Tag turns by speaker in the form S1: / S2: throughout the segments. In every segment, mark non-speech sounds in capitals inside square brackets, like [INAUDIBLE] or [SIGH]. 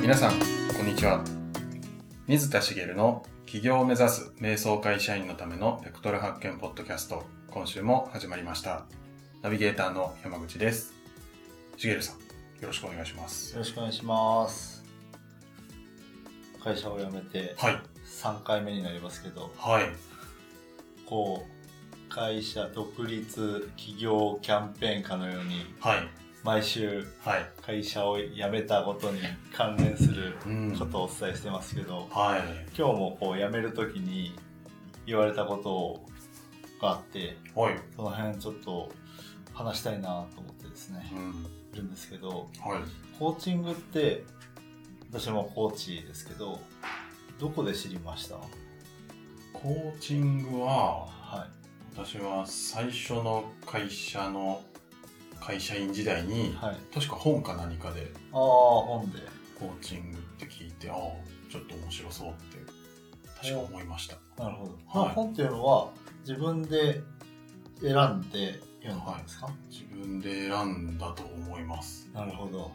S1: 皆さん、こんにちは。水田茂の起業を目指す瞑想会社員のためのベクトル発見ポッドキャスト、今週も始まりました。ナビゲーターの山口です。茂さん、よろしくお願いします。
S2: よろしくお願いします。会社を辞めて
S1: はい、
S2: 3回目になりますけど、
S1: はい、
S2: こう、会社独立起業キャンペーンかのように、
S1: はい、
S2: 毎週
S1: はい。
S2: 会社を辞めたことに関連する
S1: うん
S2: ことをお伝えしてますけど、
S1: はい、
S2: 今日もこう辞めるときに言われたことがあって、
S1: はい、
S2: その辺ちょっと話したいなと思ってですね
S1: う、ん、
S2: いるんですけど、
S1: はい、
S2: コーチングって私もコーチですけどどこで知りました
S1: コーチングは、
S2: は
S1: 私は最初の会社の会社員時代
S2: い
S1: に、
S2: はいあ
S1: 確か本か何かで
S2: あ本で
S1: コーチングって聞いてああちょっと面白そうって確か思いました
S2: なるほど、
S1: はい
S2: 本っていうのは自分で選んで読んだんですか、
S1: 自分で選んだと思います
S2: なるほど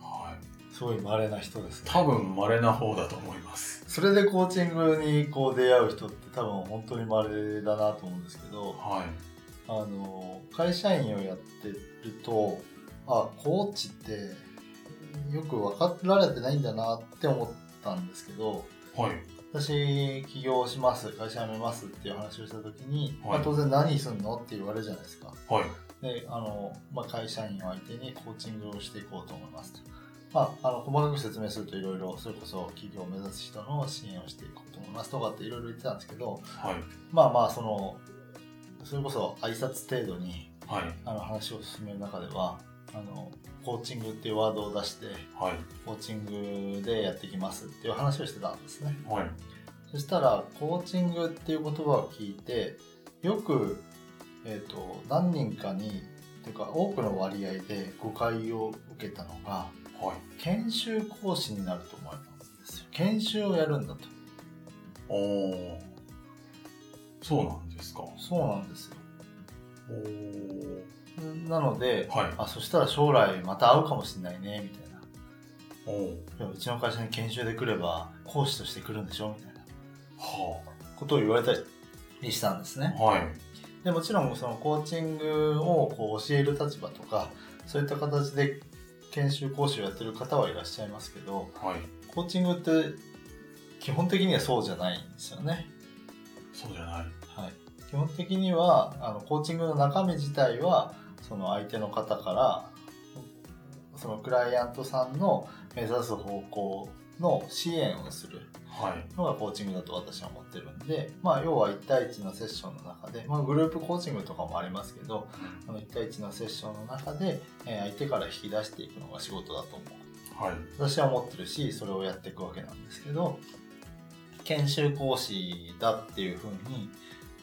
S1: はい
S2: すごい稀な人ですね
S1: 多分稀な方だと思います
S2: それでコーチングにこう出会う人って多分本当に稀だなと思うんですけど
S1: はい
S2: あの会社員をやってるとあコーチってよく分かられてないんだなって思ったんですけど
S1: はい
S2: 私起業します会社辞めますっていう話をした時に、
S1: はい
S2: まあ当然何すんのって言われるじゃないですか
S1: はい
S2: であの、まあ、会社員を相手にコーチングをしていこうと思いますと、まあ、あの細かく説明するといろいろそれこそ起業を目指す人の支援をしていこうと思いますとかっていろいろ言ってたんですけど
S1: はい
S2: まあまあそのそれこそ挨拶程度に
S1: はい
S2: あの話を進める中ではあのコーチングっていうワードを出して
S1: はい
S2: コーチングでやっていきますっていう話をしてたんですね
S1: はい
S2: そしたらコーチングっていう言葉を聞いてよく、えー、と何人かにというか多くの割合で誤解を受けたのが
S1: はい
S2: 研修講師になると思われたんですよ研修をやるんだと
S1: おおそうなんですかお
S2: そうなんですよ
S1: お
S2: なので
S1: はい
S2: あそしたら将来また会うかもしれないねみたいな
S1: おお
S2: いやうちの会社に研修で来れば講師として来るんでしょみたいな
S1: は
S2: ことを言われたりしたんです
S1: あ
S2: ね
S1: はい
S2: でもちろんそのコーチングをこう教える立場とかそういった形で研修講師をやってる方はいらっしゃいますけど
S1: はい
S2: コーチングって基本的にはそうじゃないんですよね、
S1: そうじゃない
S2: はい、基本的にはあのコーチングの中身自体はその相手の方からそのクライアントさんの目指す方向の支援をする
S1: はい
S2: のがコーチングだと私は思ってるんで、まあ、要は1対1のセッションの中で、まあ、グループコーチングとかもありますけど
S1: うん
S2: あの1対1のセッションの中で、えー相手から引き出していくのが仕事だと思う
S1: はい
S2: 私は思ってるしそれをやっていくわけなんですけど研修講師だっていうふうに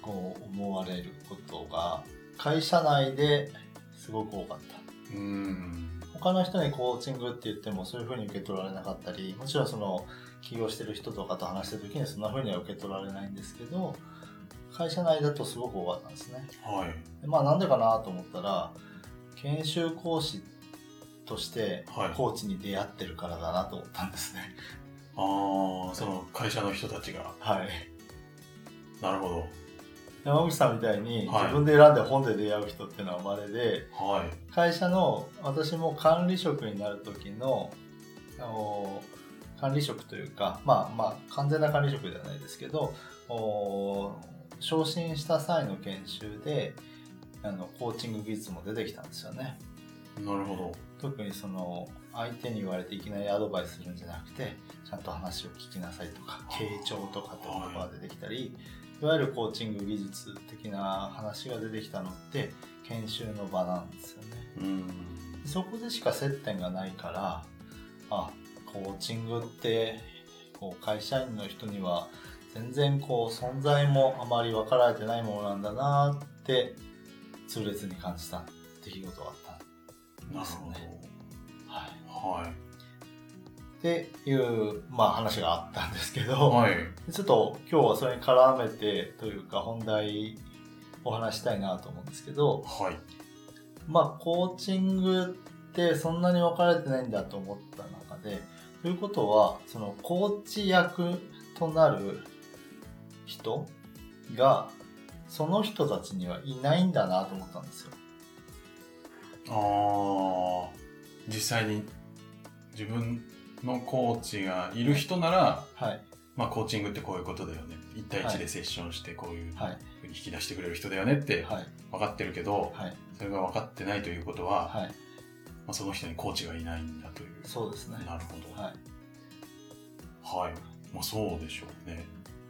S2: こう思われることが会社内ですごく多かった
S1: うーん
S2: 他の人にコーチングって言ってもそういうふうに受け取られなかったりもちろんその起業してる人とかと話した時にそんなふうには受け取られないんですけど会社内だとすごく多かったんですね
S1: はい
S2: でまあなんでかなと思ったら研修講師として
S1: はい
S2: コーチに出会ってるからだなと思ったんですね
S1: ああその会社の人たちが
S2: はい
S1: なるほ
S2: 山口さんみたいに
S1: はい
S2: 自分で選んで本で出会う人っていうのはまれで、
S1: どはい
S2: 会社の私も管理職になる時のあの管理職というかまあまあ完全な管理職ではないですけどお昇進した際の研修であのコーチング技術も出てきたんですよね
S1: なるほ
S2: 特にその相手に言われていきなりアドバイスするんじゃなくてちゃんと話を聞きなさいとか傾聴とかって言葉が出てきたり、い、わゆるコーチング技術的な話が出てきたのって研修の場なんですよね
S1: どうん
S2: そこでしか接点がないからあコーチングってこう会社員の人には全然こう存在もあまり分かられてないものなんだなって痛烈に感じた出来事があった。
S1: なるほ
S2: ですはい、
S1: ど
S2: っていう、まあ、話があったんですけど、
S1: はいはい
S2: ちょっと今日はそれに絡めてというか本題お話したいなと思うんですけど、
S1: はい
S2: まあコーチングってそんなに分かれてないんだと思った中でということはそのコーチ役となる人がその人たちにはいないんだなと思ったんですよ。
S1: ああ実際に自分のコーチがいる人なら、
S2: はい
S1: まあ、コーチングってこういうことだよね1対
S2: は
S1: 1
S2: い
S1: でセッションしてこういうふ
S2: は
S1: うに引き出してくれる人だよねっ
S2: い
S1: て
S2: はい
S1: 分かってるけど、
S2: はい
S1: それが分かってないということは、
S2: はい
S1: まあ、その人にコーチがいないんだという。
S2: そうですね。
S1: なるほど。
S2: は
S1: はい。まあそうでしょうね。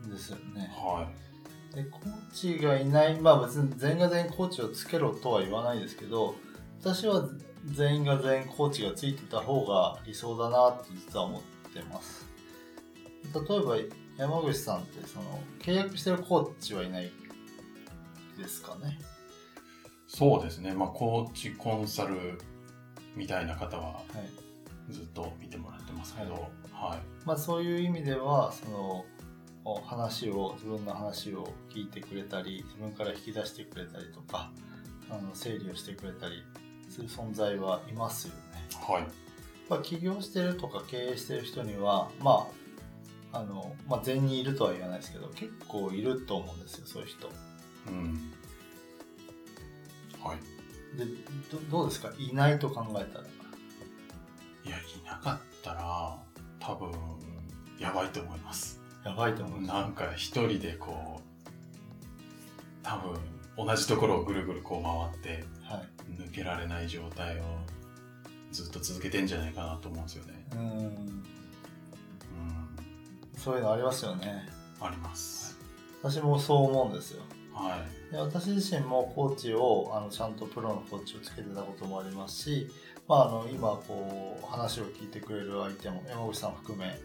S2: いですよね。
S1: は
S2: でコーチがいないまあ別に全員が全員コーチをつけろとは言わないですけど私は全員が全員コーチがついてた方が理想だなって実は思ってます例えば山口さんってその契約してるコーチはいないですかね
S1: い。そうですね。まあコーチコンサルみたいな方は
S2: はい
S1: ずっと見てもらってますけど、はい。
S2: まあ、そういう意味ではそのお話を自分の話を聞いてくれたり自分から引き出してくれたりとかあの整理をしてくれたりする存在はいますよね。
S1: はい。
S2: まあ、起業してるとか経営してる人には、まああのまあ、全員いるとは言わないですけど結構いると思うんですよそういう人。
S1: うん。はい。
S2: でどどうですかいないと考えたら。
S1: いや、いなかったら、多分、やばいと思います。
S2: やばいと思うんです
S1: なんか一人でこう、多分、同じところをぐるぐるこう回って、
S2: はい、
S1: 抜けられない状態をずっと続けてんじゃないかなと思うんですよね。
S2: うーん
S1: うん。
S2: そういうのありますよね。
S1: あります。
S2: 私もそう思うんですよ。
S1: は
S2: で私自身もコーチをあのちゃんとプロのコーチをつけてたこともありますし、まあ、あの今こう話を聞いてくれる相手も山口さん含め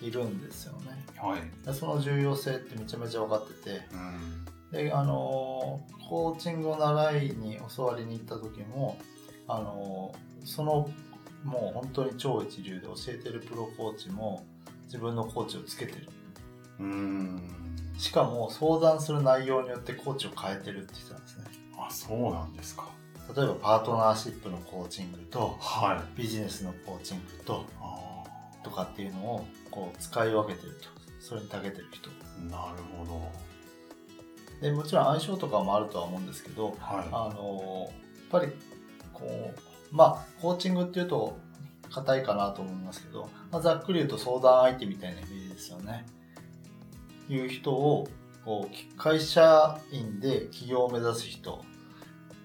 S2: いるんですよね
S1: い。はい。
S2: でその重要性ってめちゃめちゃ分かって
S1: うん。
S2: てであのコーチングを習いに教わりに行った時もあのそのもう本当に超一流で教えてるプロコーチも自分のコーチをつけてる
S1: うん。
S2: しかも相談する内容によってコーチを変えてるって言ってたんですね
S1: あ、そうなんですか。
S2: 例えばパートナーシップのコーチングと
S1: はい。
S2: ビジネスのコーチングと
S1: あ
S2: とかっていうのをこう使い分けてるとそれに長けてる人
S1: あ、なるほど。
S2: でもちろん相性とかもあるとは思うんですけど
S1: は
S2: あのやっぱりこうまあコーチングっていうと硬いかなと思いますけど、まあ、ざっくり言うと相談相手みたいなイメージですよねいう人をこう会社員で起業を目指す人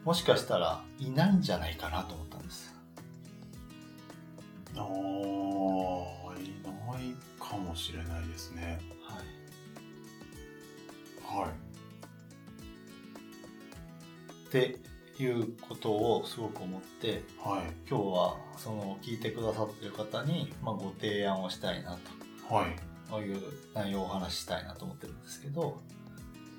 S2: もしかしたらいないんじゃないかなと思ったんです
S1: い。ああ、いないかもしれないですね。
S2: はい
S1: は
S2: っていうことをすごく思って
S1: い。はい。
S2: 今日はその聞いてくださってる方に、まあ、ご提案をしたいな
S1: はい。
S2: という内容をお話ししたいなと思ってるんですけど、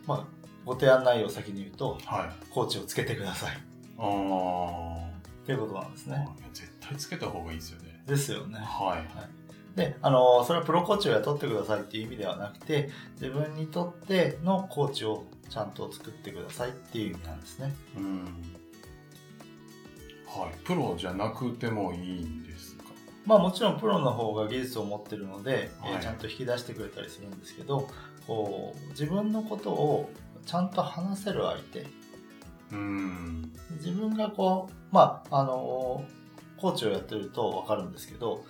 S2: まあ、ご提案内容を先に言うと
S1: はい。
S2: コーチをつけてください
S1: ああ、
S2: っていうことなんですね。
S1: いや絶対つけた方がいいですよね。
S2: ですよね。
S1: はい。
S2: であのそれはプロコーチを雇ってくださいっていう意味ではなくて自分にとってのコーチをちゃんと作ってくださいっていう意味なんですね。
S1: うん。はい。プロじゃなくてもいいんですか。
S2: まあもちろんプロの方が技術を持ってるので、えー
S1: はい
S2: ちゃんと引き出してくれたりするんですけどこう自分のことをちゃんと話せる相手
S1: うん。
S2: 自分がこうまああのコーチをやってると分かるんですけど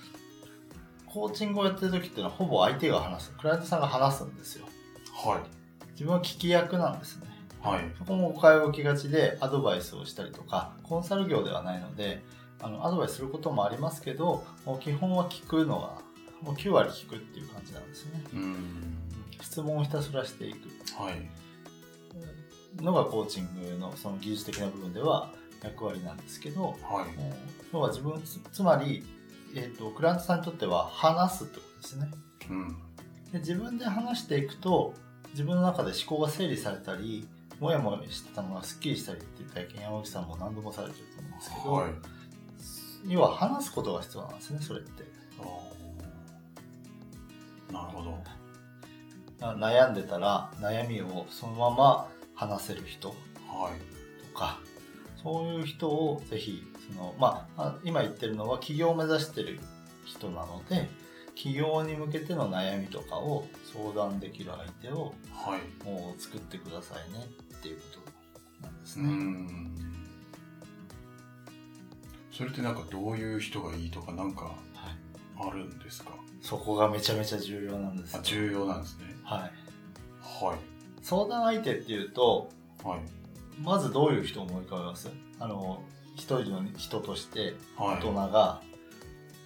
S2: コーチングをやってる時っていうのはほぼ相手が話すクライアントさんが話すんですよ
S1: はい。
S2: 自分は聞き役なんですね
S1: はい。
S2: そこも誤解を受けがちでアドバイスをしたりとかコンサル業ではないのであのアドバイスすることもありますけどもう基本は聞くのがもう9割聞くっていう感じなんですね
S1: うん。
S2: 質問をひたすらしていく
S1: はい。
S2: のがコーチングのその技術的な部分では役割なんですけども
S1: は
S2: う要は自分つつまり、えー、とクライアントさんにとっては話すってことですね
S1: い。うん。
S2: で自分で話していくと自分の中で思考が整理されたりもやもやしてたのがすっきりしたりっていう体験山口さんも何度もされてると思うんですけど、
S1: はい。
S2: 要は話すことが必要なんですねそれって
S1: あーなるほど。
S2: な悩んでたら悩みをそのまま話せる人
S1: はい。
S2: とかそういう人をぜひその、まあ、あ今言ってるのは起業を目指してる人なので企業に向けての悩みとかを相談できる相手を
S1: はい。
S2: もう作ってくださいねっていうことなんです
S1: う
S2: ね。
S1: ん。それってなんかどういう人がいいとかなんか
S2: はい、
S1: あるんですか
S2: そこがめちゃめちゃ重要なんです
S1: あ
S2: よ。
S1: 重要なんですね。
S2: はい、
S1: は
S2: 相談相手っていうと
S1: い。はい。
S2: まずどういう人を思い浮かべますあの一人の人として
S1: はい
S2: 大。人が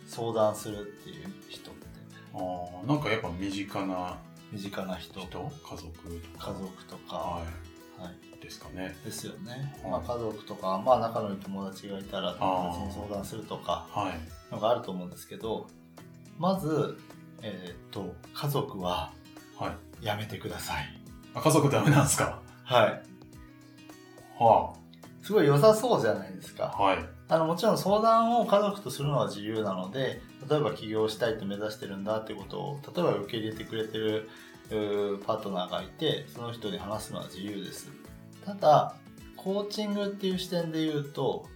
S2: 相談するっていう人って
S1: ああ、なんかやっぱ身近な
S2: 身近な人
S1: 人、家族とか。
S2: 家族とか、
S1: は
S2: はい、
S1: い。ですかね。
S2: ですよね、
S1: はい
S2: まあ、家族とか、まあ、仲のいい友達がいたら
S1: あー
S2: 友達に相談するとか
S1: はい。
S2: のがあると思うんですけどまず、えーっと家族は
S1: はい。
S2: やめてください
S1: あ、家族ダメなんですか
S2: はい
S1: は
S2: すごい良さそうじゃないです
S1: あ。
S2: か
S1: はい。
S2: あのもちろん相談を家族とするのは自由なので例えば起業したいって目指してるんだってことを例えば受け入れてくれてるうーパートナーがいてその人に話すのは自由ですただコーチングっていう視点で言うと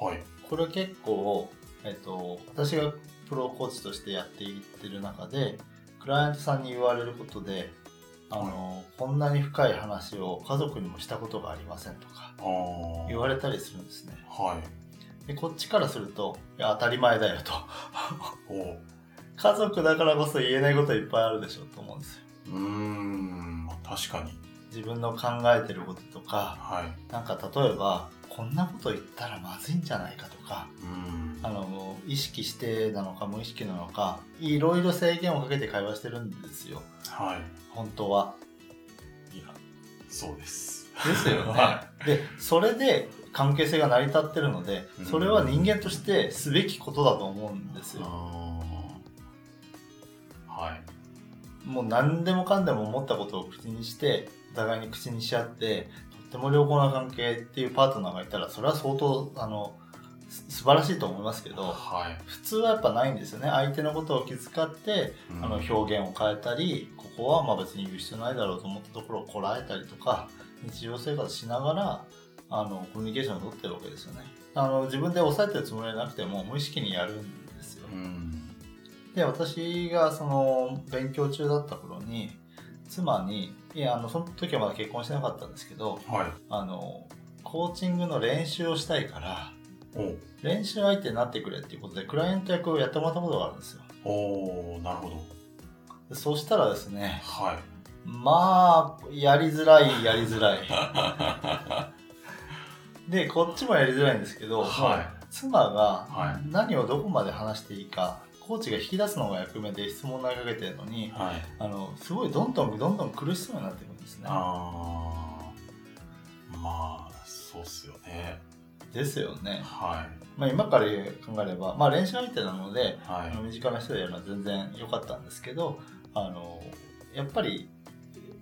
S1: はい。
S2: これ結構、えっと、私がプロコーチとしてやっていってる中でクライアントさんに言われることであの、こんなに深い話を家族にもしたことがありませんとか
S1: ああ。
S2: 言われたりするんですね
S1: はい。
S2: でこっちからするといや当たり前だよと [LAUGHS]
S1: おう
S2: 家族だからこそ言えないこといっぱいあるでしょうと思うんですよ
S1: ーん。まあ確かに。
S2: 自分の考えてることとか
S1: はい。
S2: なんか例えばこんなこと言ったらまずいんじゃないかとか
S1: うーん。
S2: あの意識してなのか無意識なのかいろいろ制限をかけて会話してるんですよ
S1: は。
S2: 本当はい
S1: いや、そうです。
S2: ですよ [LAUGHS] ね、
S1: は
S2: でそれで関係性が成り立ってるので
S1: うん
S2: それは人間としてすべきことだと思うんですよ
S1: あーはい。
S2: もう何でもかんでも思ったことを口にしてお互いに口にし合ってとっても良好な関係っていうパートナーがいたらそれは相当あのす素晴らしいと思いますけど
S1: はい。
S2: 普通はやっぱないんですよね相手のことを気遣ってあの表現を変えたりここはまあ別に言う必要ないだろうと思ったところをこらえたりとか [LAUGHS] 日常生活しながらあのコミュニケーションを取ってるわけですよねあの自分で抑えてるつもりはなくても無意識にやるんですよ
S1: うん。
S2: で私がその勉強中だった頃に妻にいやあのその時はまだ結婚してなかったんですけど
S1: はい。
S2: あのコーチングの練習をしたいから
S1: お
S2: 練習相手になってくれっていうことでクライアント役をやってもらったことがあるんですよ
S1: おーなるほど。
S2: でそうしたらですね
S1: はい。
S2: まあやりづらいやり
S1: [LAUGHS]
S2: づらいでこっちもやりづらいんですけど、
S1: は
S2: 妻が
S1: は
S2: 何をどこまで話していいか、コーチが引き出すのが役目で質問を投げかけてるの
S1: い。
S2: に
S1: はい。
S2: あのすごいどんどんどんどん苦しそうになってくるんですね
S1: あーまあ、そうっすよね。
S2: ですよね、
S1: は
S2: まあ、今から考えれば、まあ、練習相手なので
S1: い。は
S2: あ
S1: い
S2: の。身近な人でやるのは全然良かったんですけどあのやっぱり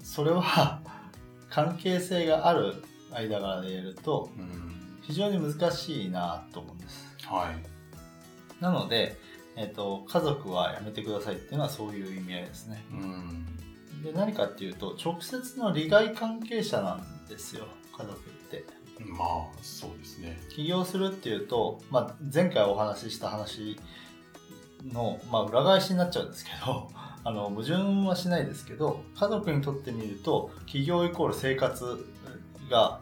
S2: それは [LAUGHS] 関係性がある間柄でやると
S1: うん。
S2: 非常に難しいなと思うんです
S1: はい。
S2: なので、えっと家族はやめてくださいっていうのはそういう意味合いですね
S1: うん。
S2: で何かっていうと直接の利害関係者なんですよ家族って
S1: まあ、そうですね。
S2: 起業するっていうと、まあ、前回お話しした話の、まあ、裏返しになっちゃうんですけど [LAUGHS] あの矛盾はしないですけど家族にとってみると起業イコール生活が、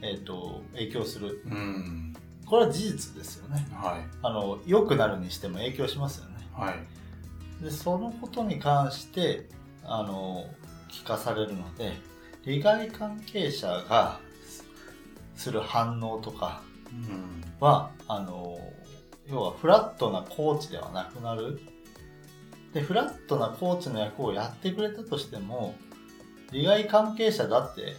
S2: えっと影響する
S1: うん。
S2: これは事実ですよね
S1: はい。
S2: あの良くなるにしても影響しますよね
S1: はい。
S2: でそのことに関してあの聞かされるので利害関係者がすする反応とか
S1: うん。
S2: はあの要はフラットなコーチではなくなるでフラットなコーチの役をやってくれたとしても利害関係者だって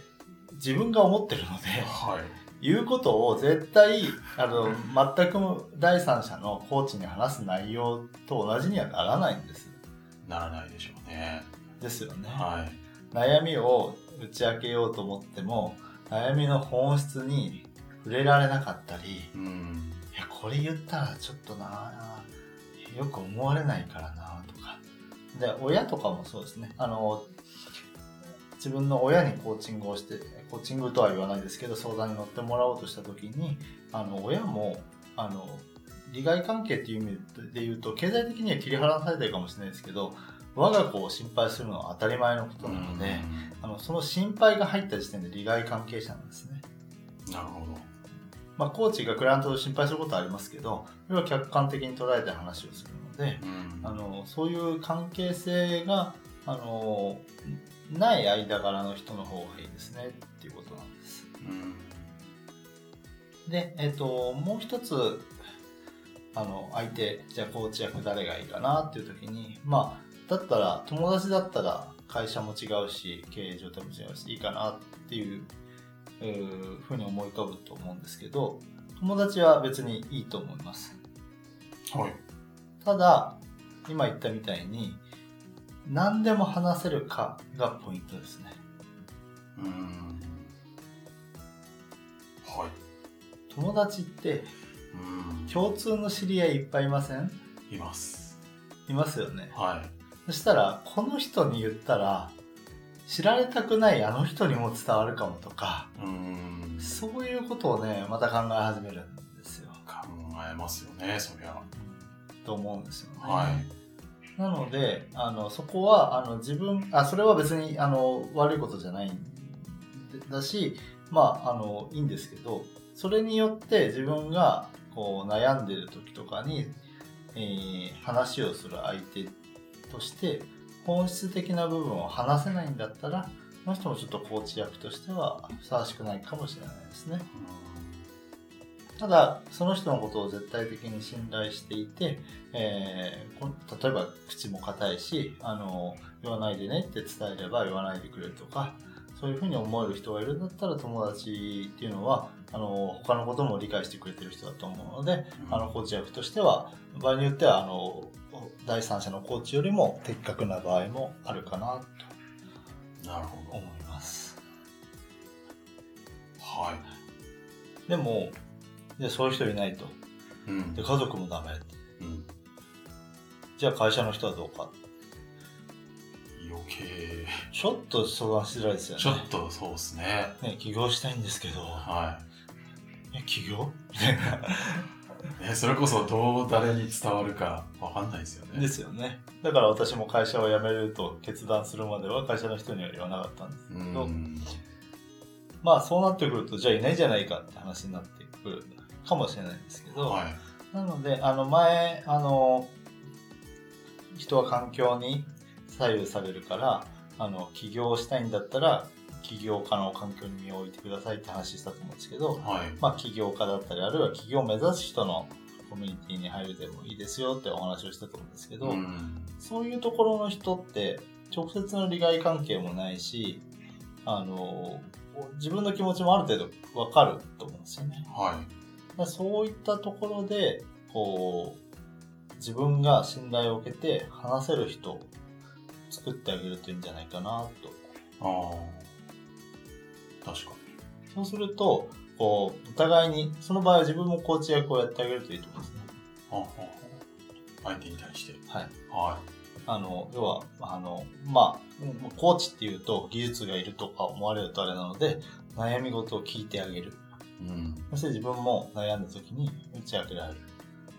S2: 自分が思ってるので
S1: はい。
S2: いうことを絶対あの全く第三者のコーチに話す内容と同じにはならないんです
S1: ならないでしょうね。
S2: ですよね、
S1: はい。
S2: 悩みを打ち明けようと思っても悩みの本質に触れられなかったりい
S1: うん。
S2: やこれ言ったらちょっとなよく思われないからなとかで親とかもそうですねあの自分の親にコーチングをしてコーチングとは言わないですけど相談に乗ってもらおうとした時にあの親もあの利害関係っていう意味で言うと経済的には切り離されてるかもしれないですけど我が子を心配するのは当たり前のことなので、あのその心配が入った時点で利害関係者なんですね。
S1: うんなるほど。
S2: まあ、コーチがクライアントを心配することはありますけど要は客観的に捉えて話をするので
S1: うん
S2: あのそういう関係性があのない間柄の人の方がいいですねっていうことなんです。
S1: うん
S2: で、えっともう一つあの相手じゃあコーチ役誰がいいかなっていう時にまあだったら友達だったら会社も違うし経営状態も違うしいいかなっていううーふうに思い浮かぶと思うんですけど友達は別にいいと思います
S1: はい。
S2: ただ今言ったみたいに何でも話せるかがポイントですね
S1: うんはい。
S2: 友達って
S1: うん
S2: 共通の知り合いいっぱいいません
S1: います。
S2: いますよね
S1: は
S2: そしたらこの人に言ったら知られたくないあの人にも伝わるかもとか
S1: い。うん。
S2: そういうことをねまた考え始めるんですよ
S1: 考えますよね、そりゃ。
S2: と思うんですよね。
S1: はい。
S2: なのであのそこはあの自分あそれは別にあの悪いことじゃないんでだしまああのいいんですけどそれによって自分がこう悩んでる時とかに、えー話をする相手として本質的な部分を話せないんだったらこの人もちょっとコーチ役としてはふさわしくないかもしれないですね。ただその人のことを絶対的に信頼していて、えーこ例えば口も硬いしあの言わないでねって伝えれば言わないでくれるとかそういうふうに思える人がいるんだったら友達っていうのはあの他のことも理解してくれてる人だと思うので、
S1: うん
S2: あのコーチ役としては場合によってはあの第三者のコーチよりも的確な場合もあるかな
S1: なる
S2: と
S1: ほ
S2: 思います。
S1: ど。はい。
S2: でもでそういう人いないと
S1: うん
S2: で。家族もダメ
S1: うん
S2: じゃあ会社の人はどうか
S1: 余計。
S2: ちょっと相談しづらいですよね。
S1: ちょっとそうですね。
S2: ね、起業したいんですけど、
S1: は
S2: え、起
S1: [LAUGHS]
S2: 業みたいな。
S1: い。ね、それこそどう誰に伝わるかわかんないですよね。
S2: ですよね。だから私も会社を辞めると決断するまでは会社の人には言わなかったんです。
S1: うん。
S2: まあそうなってくると、じゃあいないじゃないかって話になってくるかもしれないんですけど、
S1: はい。
S2: なので、あの前、あの、人は環境に左右されるから、あの、起業したいんだったら、起業家の環境に身を置いてくださいって話したと思うんですけど、
S1: はい。
S2: まあ、起業家だったりあるいは起業を目指す人のコミュニティに入るでもいいですよってお話をしたと思うんですけど、
S1: うん
S2: そういうところの人って直接の利害関係もないしあの自分の気持ちもある程度わかると思うんですよね。
S1: は
S2: だからそういったところでこう自分が信頼を受けて話せる人を作ってあげるといいんじゃないかなと
S1: い。ああ。確か
S2: そうするとこうお互いにその場合は自分もコーチ役をやってあげるといいと思うんですね。
S1: に。ああ。相手に対して。
S2: はい
S1: は
S2: あの、要は、あの、まあうん、コーチっていうと技術がいるとか思われるとあれなので、悩み事を聞いてあげる。
S1: い。うん。
S2: そして自分も悩んだ時に打ち明けられる。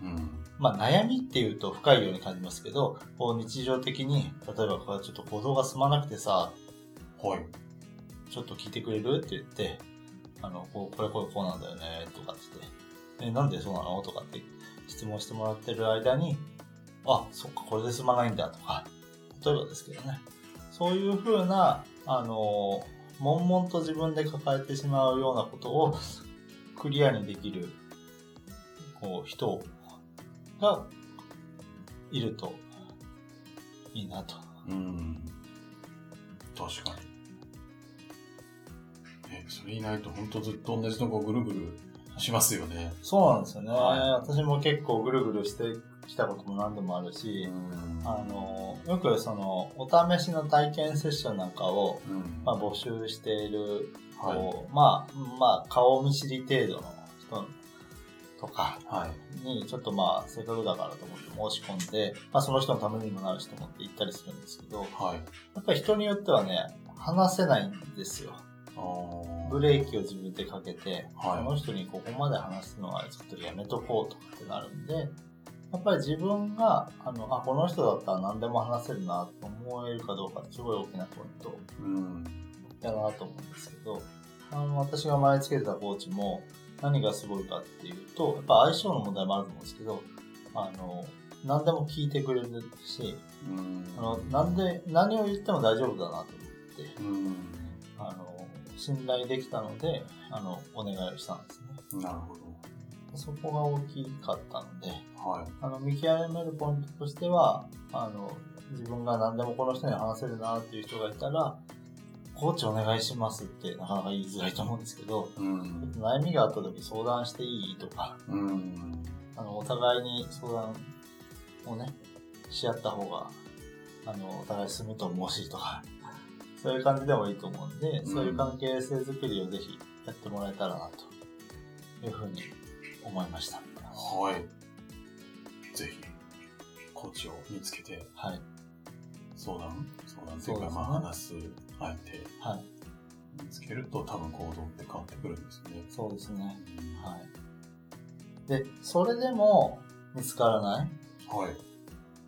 S1: うん。
S2: まあ、悩みっていうと深いように感じますけど、こう日常的に、例えばこれちょっと行動が進まなくてさ、
S1: はい。
S2: ちょっと聞いてくれるって言って、あの、こう、これこれこうなんだよね、とかって言って、え、なんでそうなのとかって質問してもらってる間に、あ、そっか、これで済まないんだとか、例えばですけどね、そういうふうな、あの、悶々と自分で抱えてしまうようなことをクリアにできる、こう、人がいるといいなと。
S1: うん。確かに。ね、それいないと本当ずっと同じとこぐるぐるしますよね。
S2: そうなんですよね。
S1: は
S2: 私も結構ぐるぐるしてきたことも何度もあるし、
S1: ん
S2: あの、よくその、お試しの体験セッションなんかを、
S1: うん。
S2: まあ、募集している、
S1: はい
S2: こうまあ、まあ、顔見知り程度の人とか
S1: はい。
S2: に、ちょっとまあ、せっかくだからと思って申し込んで、まあ、その人のためにもなるしと思って行ったりするんですけど、
S1: はい。
S2: やっぱり人によってはね、話せないんですよ。
S1: あ
S2: ブレーキを自分でかけて、
S1: はい
S2: この人にここまで話すのはちょっとやめとこうとかってなるんで、やっぱり自分が、あの、あ、この人だったら何でも話せるなと思えるかどうかってすごい大きなポイント
S1: ーうん。
S2: だなと思うんですけど、あの、私が前つけてたコーチも何がすごいかっていうと、やっぱ相性の問題もあると思うんですけど、あの、何でも聞いてくれるし、
S1: うん。
S2: あの、何で、何を言っても大丈夫だなと思って、
S1: うん。
S2: あの、信頼できたので、あの、お願いをしたんですね。
S1: なるほ
S2: そこが大きかったので、
S1: ど。はい。
S2: あの、見極めるポイントとしては、あの、自分が何でもこの人に話せるなっていう人がいたら、コーチお願いしますってなかなか言いづらいと思うんですけど、
S1: うん。
S2: 悩みがあった時相談していいとか、
S1: うん。
S2: あの、お互いに相談をね、し合った方が、あの、お互い進むと思うしとか、 [LAUGHS] そういう感じでもいいと思うんで、
S1: ん
S2: そういう関係性づくりをぜひやってもらえたらな、というふうに思いました。
S1: はい。ぜひ、コーチを見つけて、
S2: はい。
S1: 相談、相談という
S2: そう
S1: か、
S2: ですね
S1: まあ話す相手
S2: はい。
S1: 見つけると多分行動って変わってくるんですね。
S2: そうですね。はい。で、それでも見つからない
S1: はい。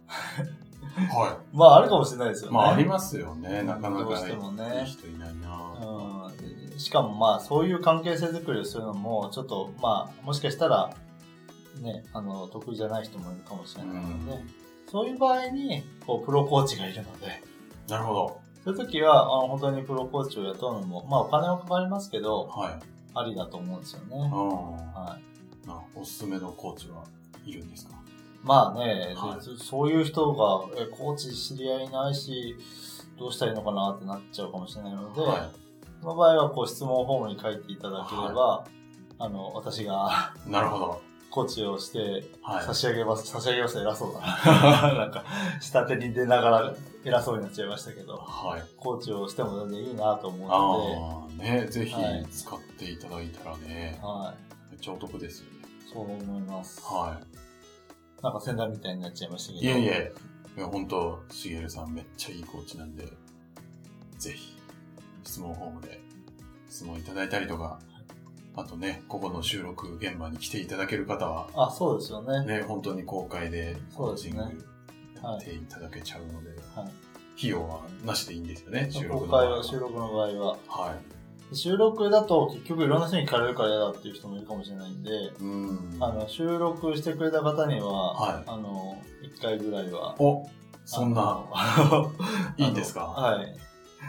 S2: [LAUGHS]
S1: は
S2: まあ、あるかもしれないで
S1: い。
S2: すよね。
S1: まあありますよね。なかな
S2: どう
S1: か
S2: し
S1: い
S2: てもね
S1: い人いないな。
S2: うんしかもまあそういう関係性づくりをするのもちょっとまあもしかしたらねあの得意じゃない人もいるかもしれないので、
S1: う
S2: そういう場合にこうプロコーチがいるので
S1: なるほど。
S2: そういう時はあの本当にプロコーチを雇うのもまあお金はかかりますけど
S1: はい。
S2: ありだと思うんですよね、
S1: あ
S2: はい、
S1: あ。なおすすめのコーチはいるんですか
S2: まあね、
S1: はい
S2: そそういう人がえコーチ知り合いいないしどうしたらいいのかなってなっちゃうかもしれないので、
S1: は
S2: その場合はこう質問フォームに書いていただければ、あの私が
S1: い。なるほど。
S2: コーチをして
S1: はい。
S2: 差し上げます、差し上げます偉そうだ [LAUGHS] ななんか下手に出ながら偉そうになっちゃいましたけど
S1: はい。
S2: コーチをしても全然いいなと思う
S1: あ
S2: の
S1: あ、ね、ぜひ
S2: はい
S1: 使っていただいたら
S2: で、
S1: ね、
S2: は
S1: めっちゃお得ですよね。
S2: い、そう思います、
S1: は
S2: なんか先代みたいになっちゃいましたけ
S1: い。
S2: ど
S1: いえいえ、いや本当しげるさんめっちゃいいコーチなんで、ぜひ、質問フォームで質問いただいたりとか、あとね、ここの収録現場に来ていただける方は、
S2: あそうですよね
S1: ね、本当に公開でコ
S2: そ
S1: ー
S2: うです
S1: チン
S2: ね
S1: グやっていただけちゃうので、
S2: はい
S1: 費用はなしでいいんですよね、収
S2: 今
S1: 録の場
S2: 回
S1: 合
S2: は収録の場合は
S1: は
S2: 収録だと結局いろんな人に聞かれるから嫌だっていう人もいるかもしれないんで
S1: い。うん。
S2: あの収録してくれた方には、
S1: はい
S2: あの1回ぐらいは
S1: お、そんな、
S2: あの
S1: いいんです
S2: あ
S1: か
S2: の [LAUGHS] はい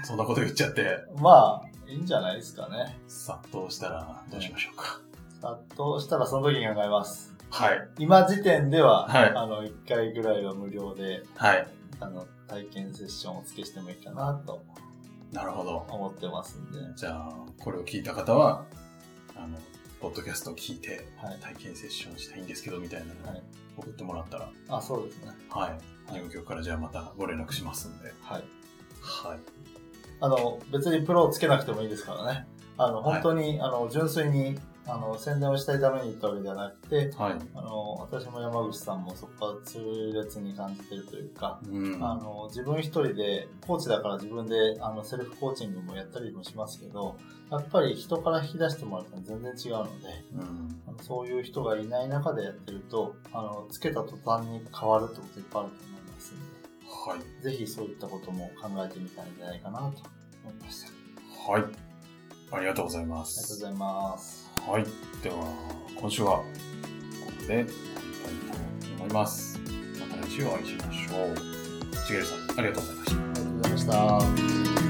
S1: そんなこと言っちゃって。
S2: まあ、いいんじゃないですかね。
S1: 殺到したらどうしましょうか。
S2: あとしたらその時に考えます。
S1: はい。
S2: 今時点では、
S1: はい
S2: あの、1回ぐらいは無料で、
S1: はい。
S2: あの、体験セッションをお付けしてもいいかなと
S1: なるほど。
S2: 思ってますんで、は
S1: じゃあ、これを聞いた方は、あの、ポッドキャストを聞いて、
S2: い。
S1: 体験セッションしたいんですけど、みたいな
S2: は
S1: のを
S2: い
S1: 送ってもらったら、
S2: あ、そうですね。
S1: はい。入局からじゃあまたご連絡しますんで。
S2: はい。
S1: はい。
S2: あの、別にプロをつけなくてもいいですからね。あの、
S1: はい
S2: 本当に、あの、純粋に、あの、宣伝をしたいために行ったわけではなくて、
S1: はい。
S2: あの、私も山口さんもそこは痛烈に感じてるというか、
S1: うん。
S2: あ
S1: は
S2: の自分一人でコーチだから自分であのセルフコーチングもやったりもしますけどやっぱり人から引き出してもらったら全然違うので
S1: い。うん。
S2: あのそういう人がいない中でやってるとあのつけた途端に変わるってこといっぱいあると思いますの
S1: はい。
S2: でぜひそういったことも考えてみたらいいんじゃないかなと思いましたあり
S1: はい。ありがとうございま
S2: がとう
S1: す。
S2: ございます
S1: はい。では、今週は、ここで終わりたいと思います。また来週お会いしましょう。しげるさん、ありがとうございました。
S2: ありがとうございました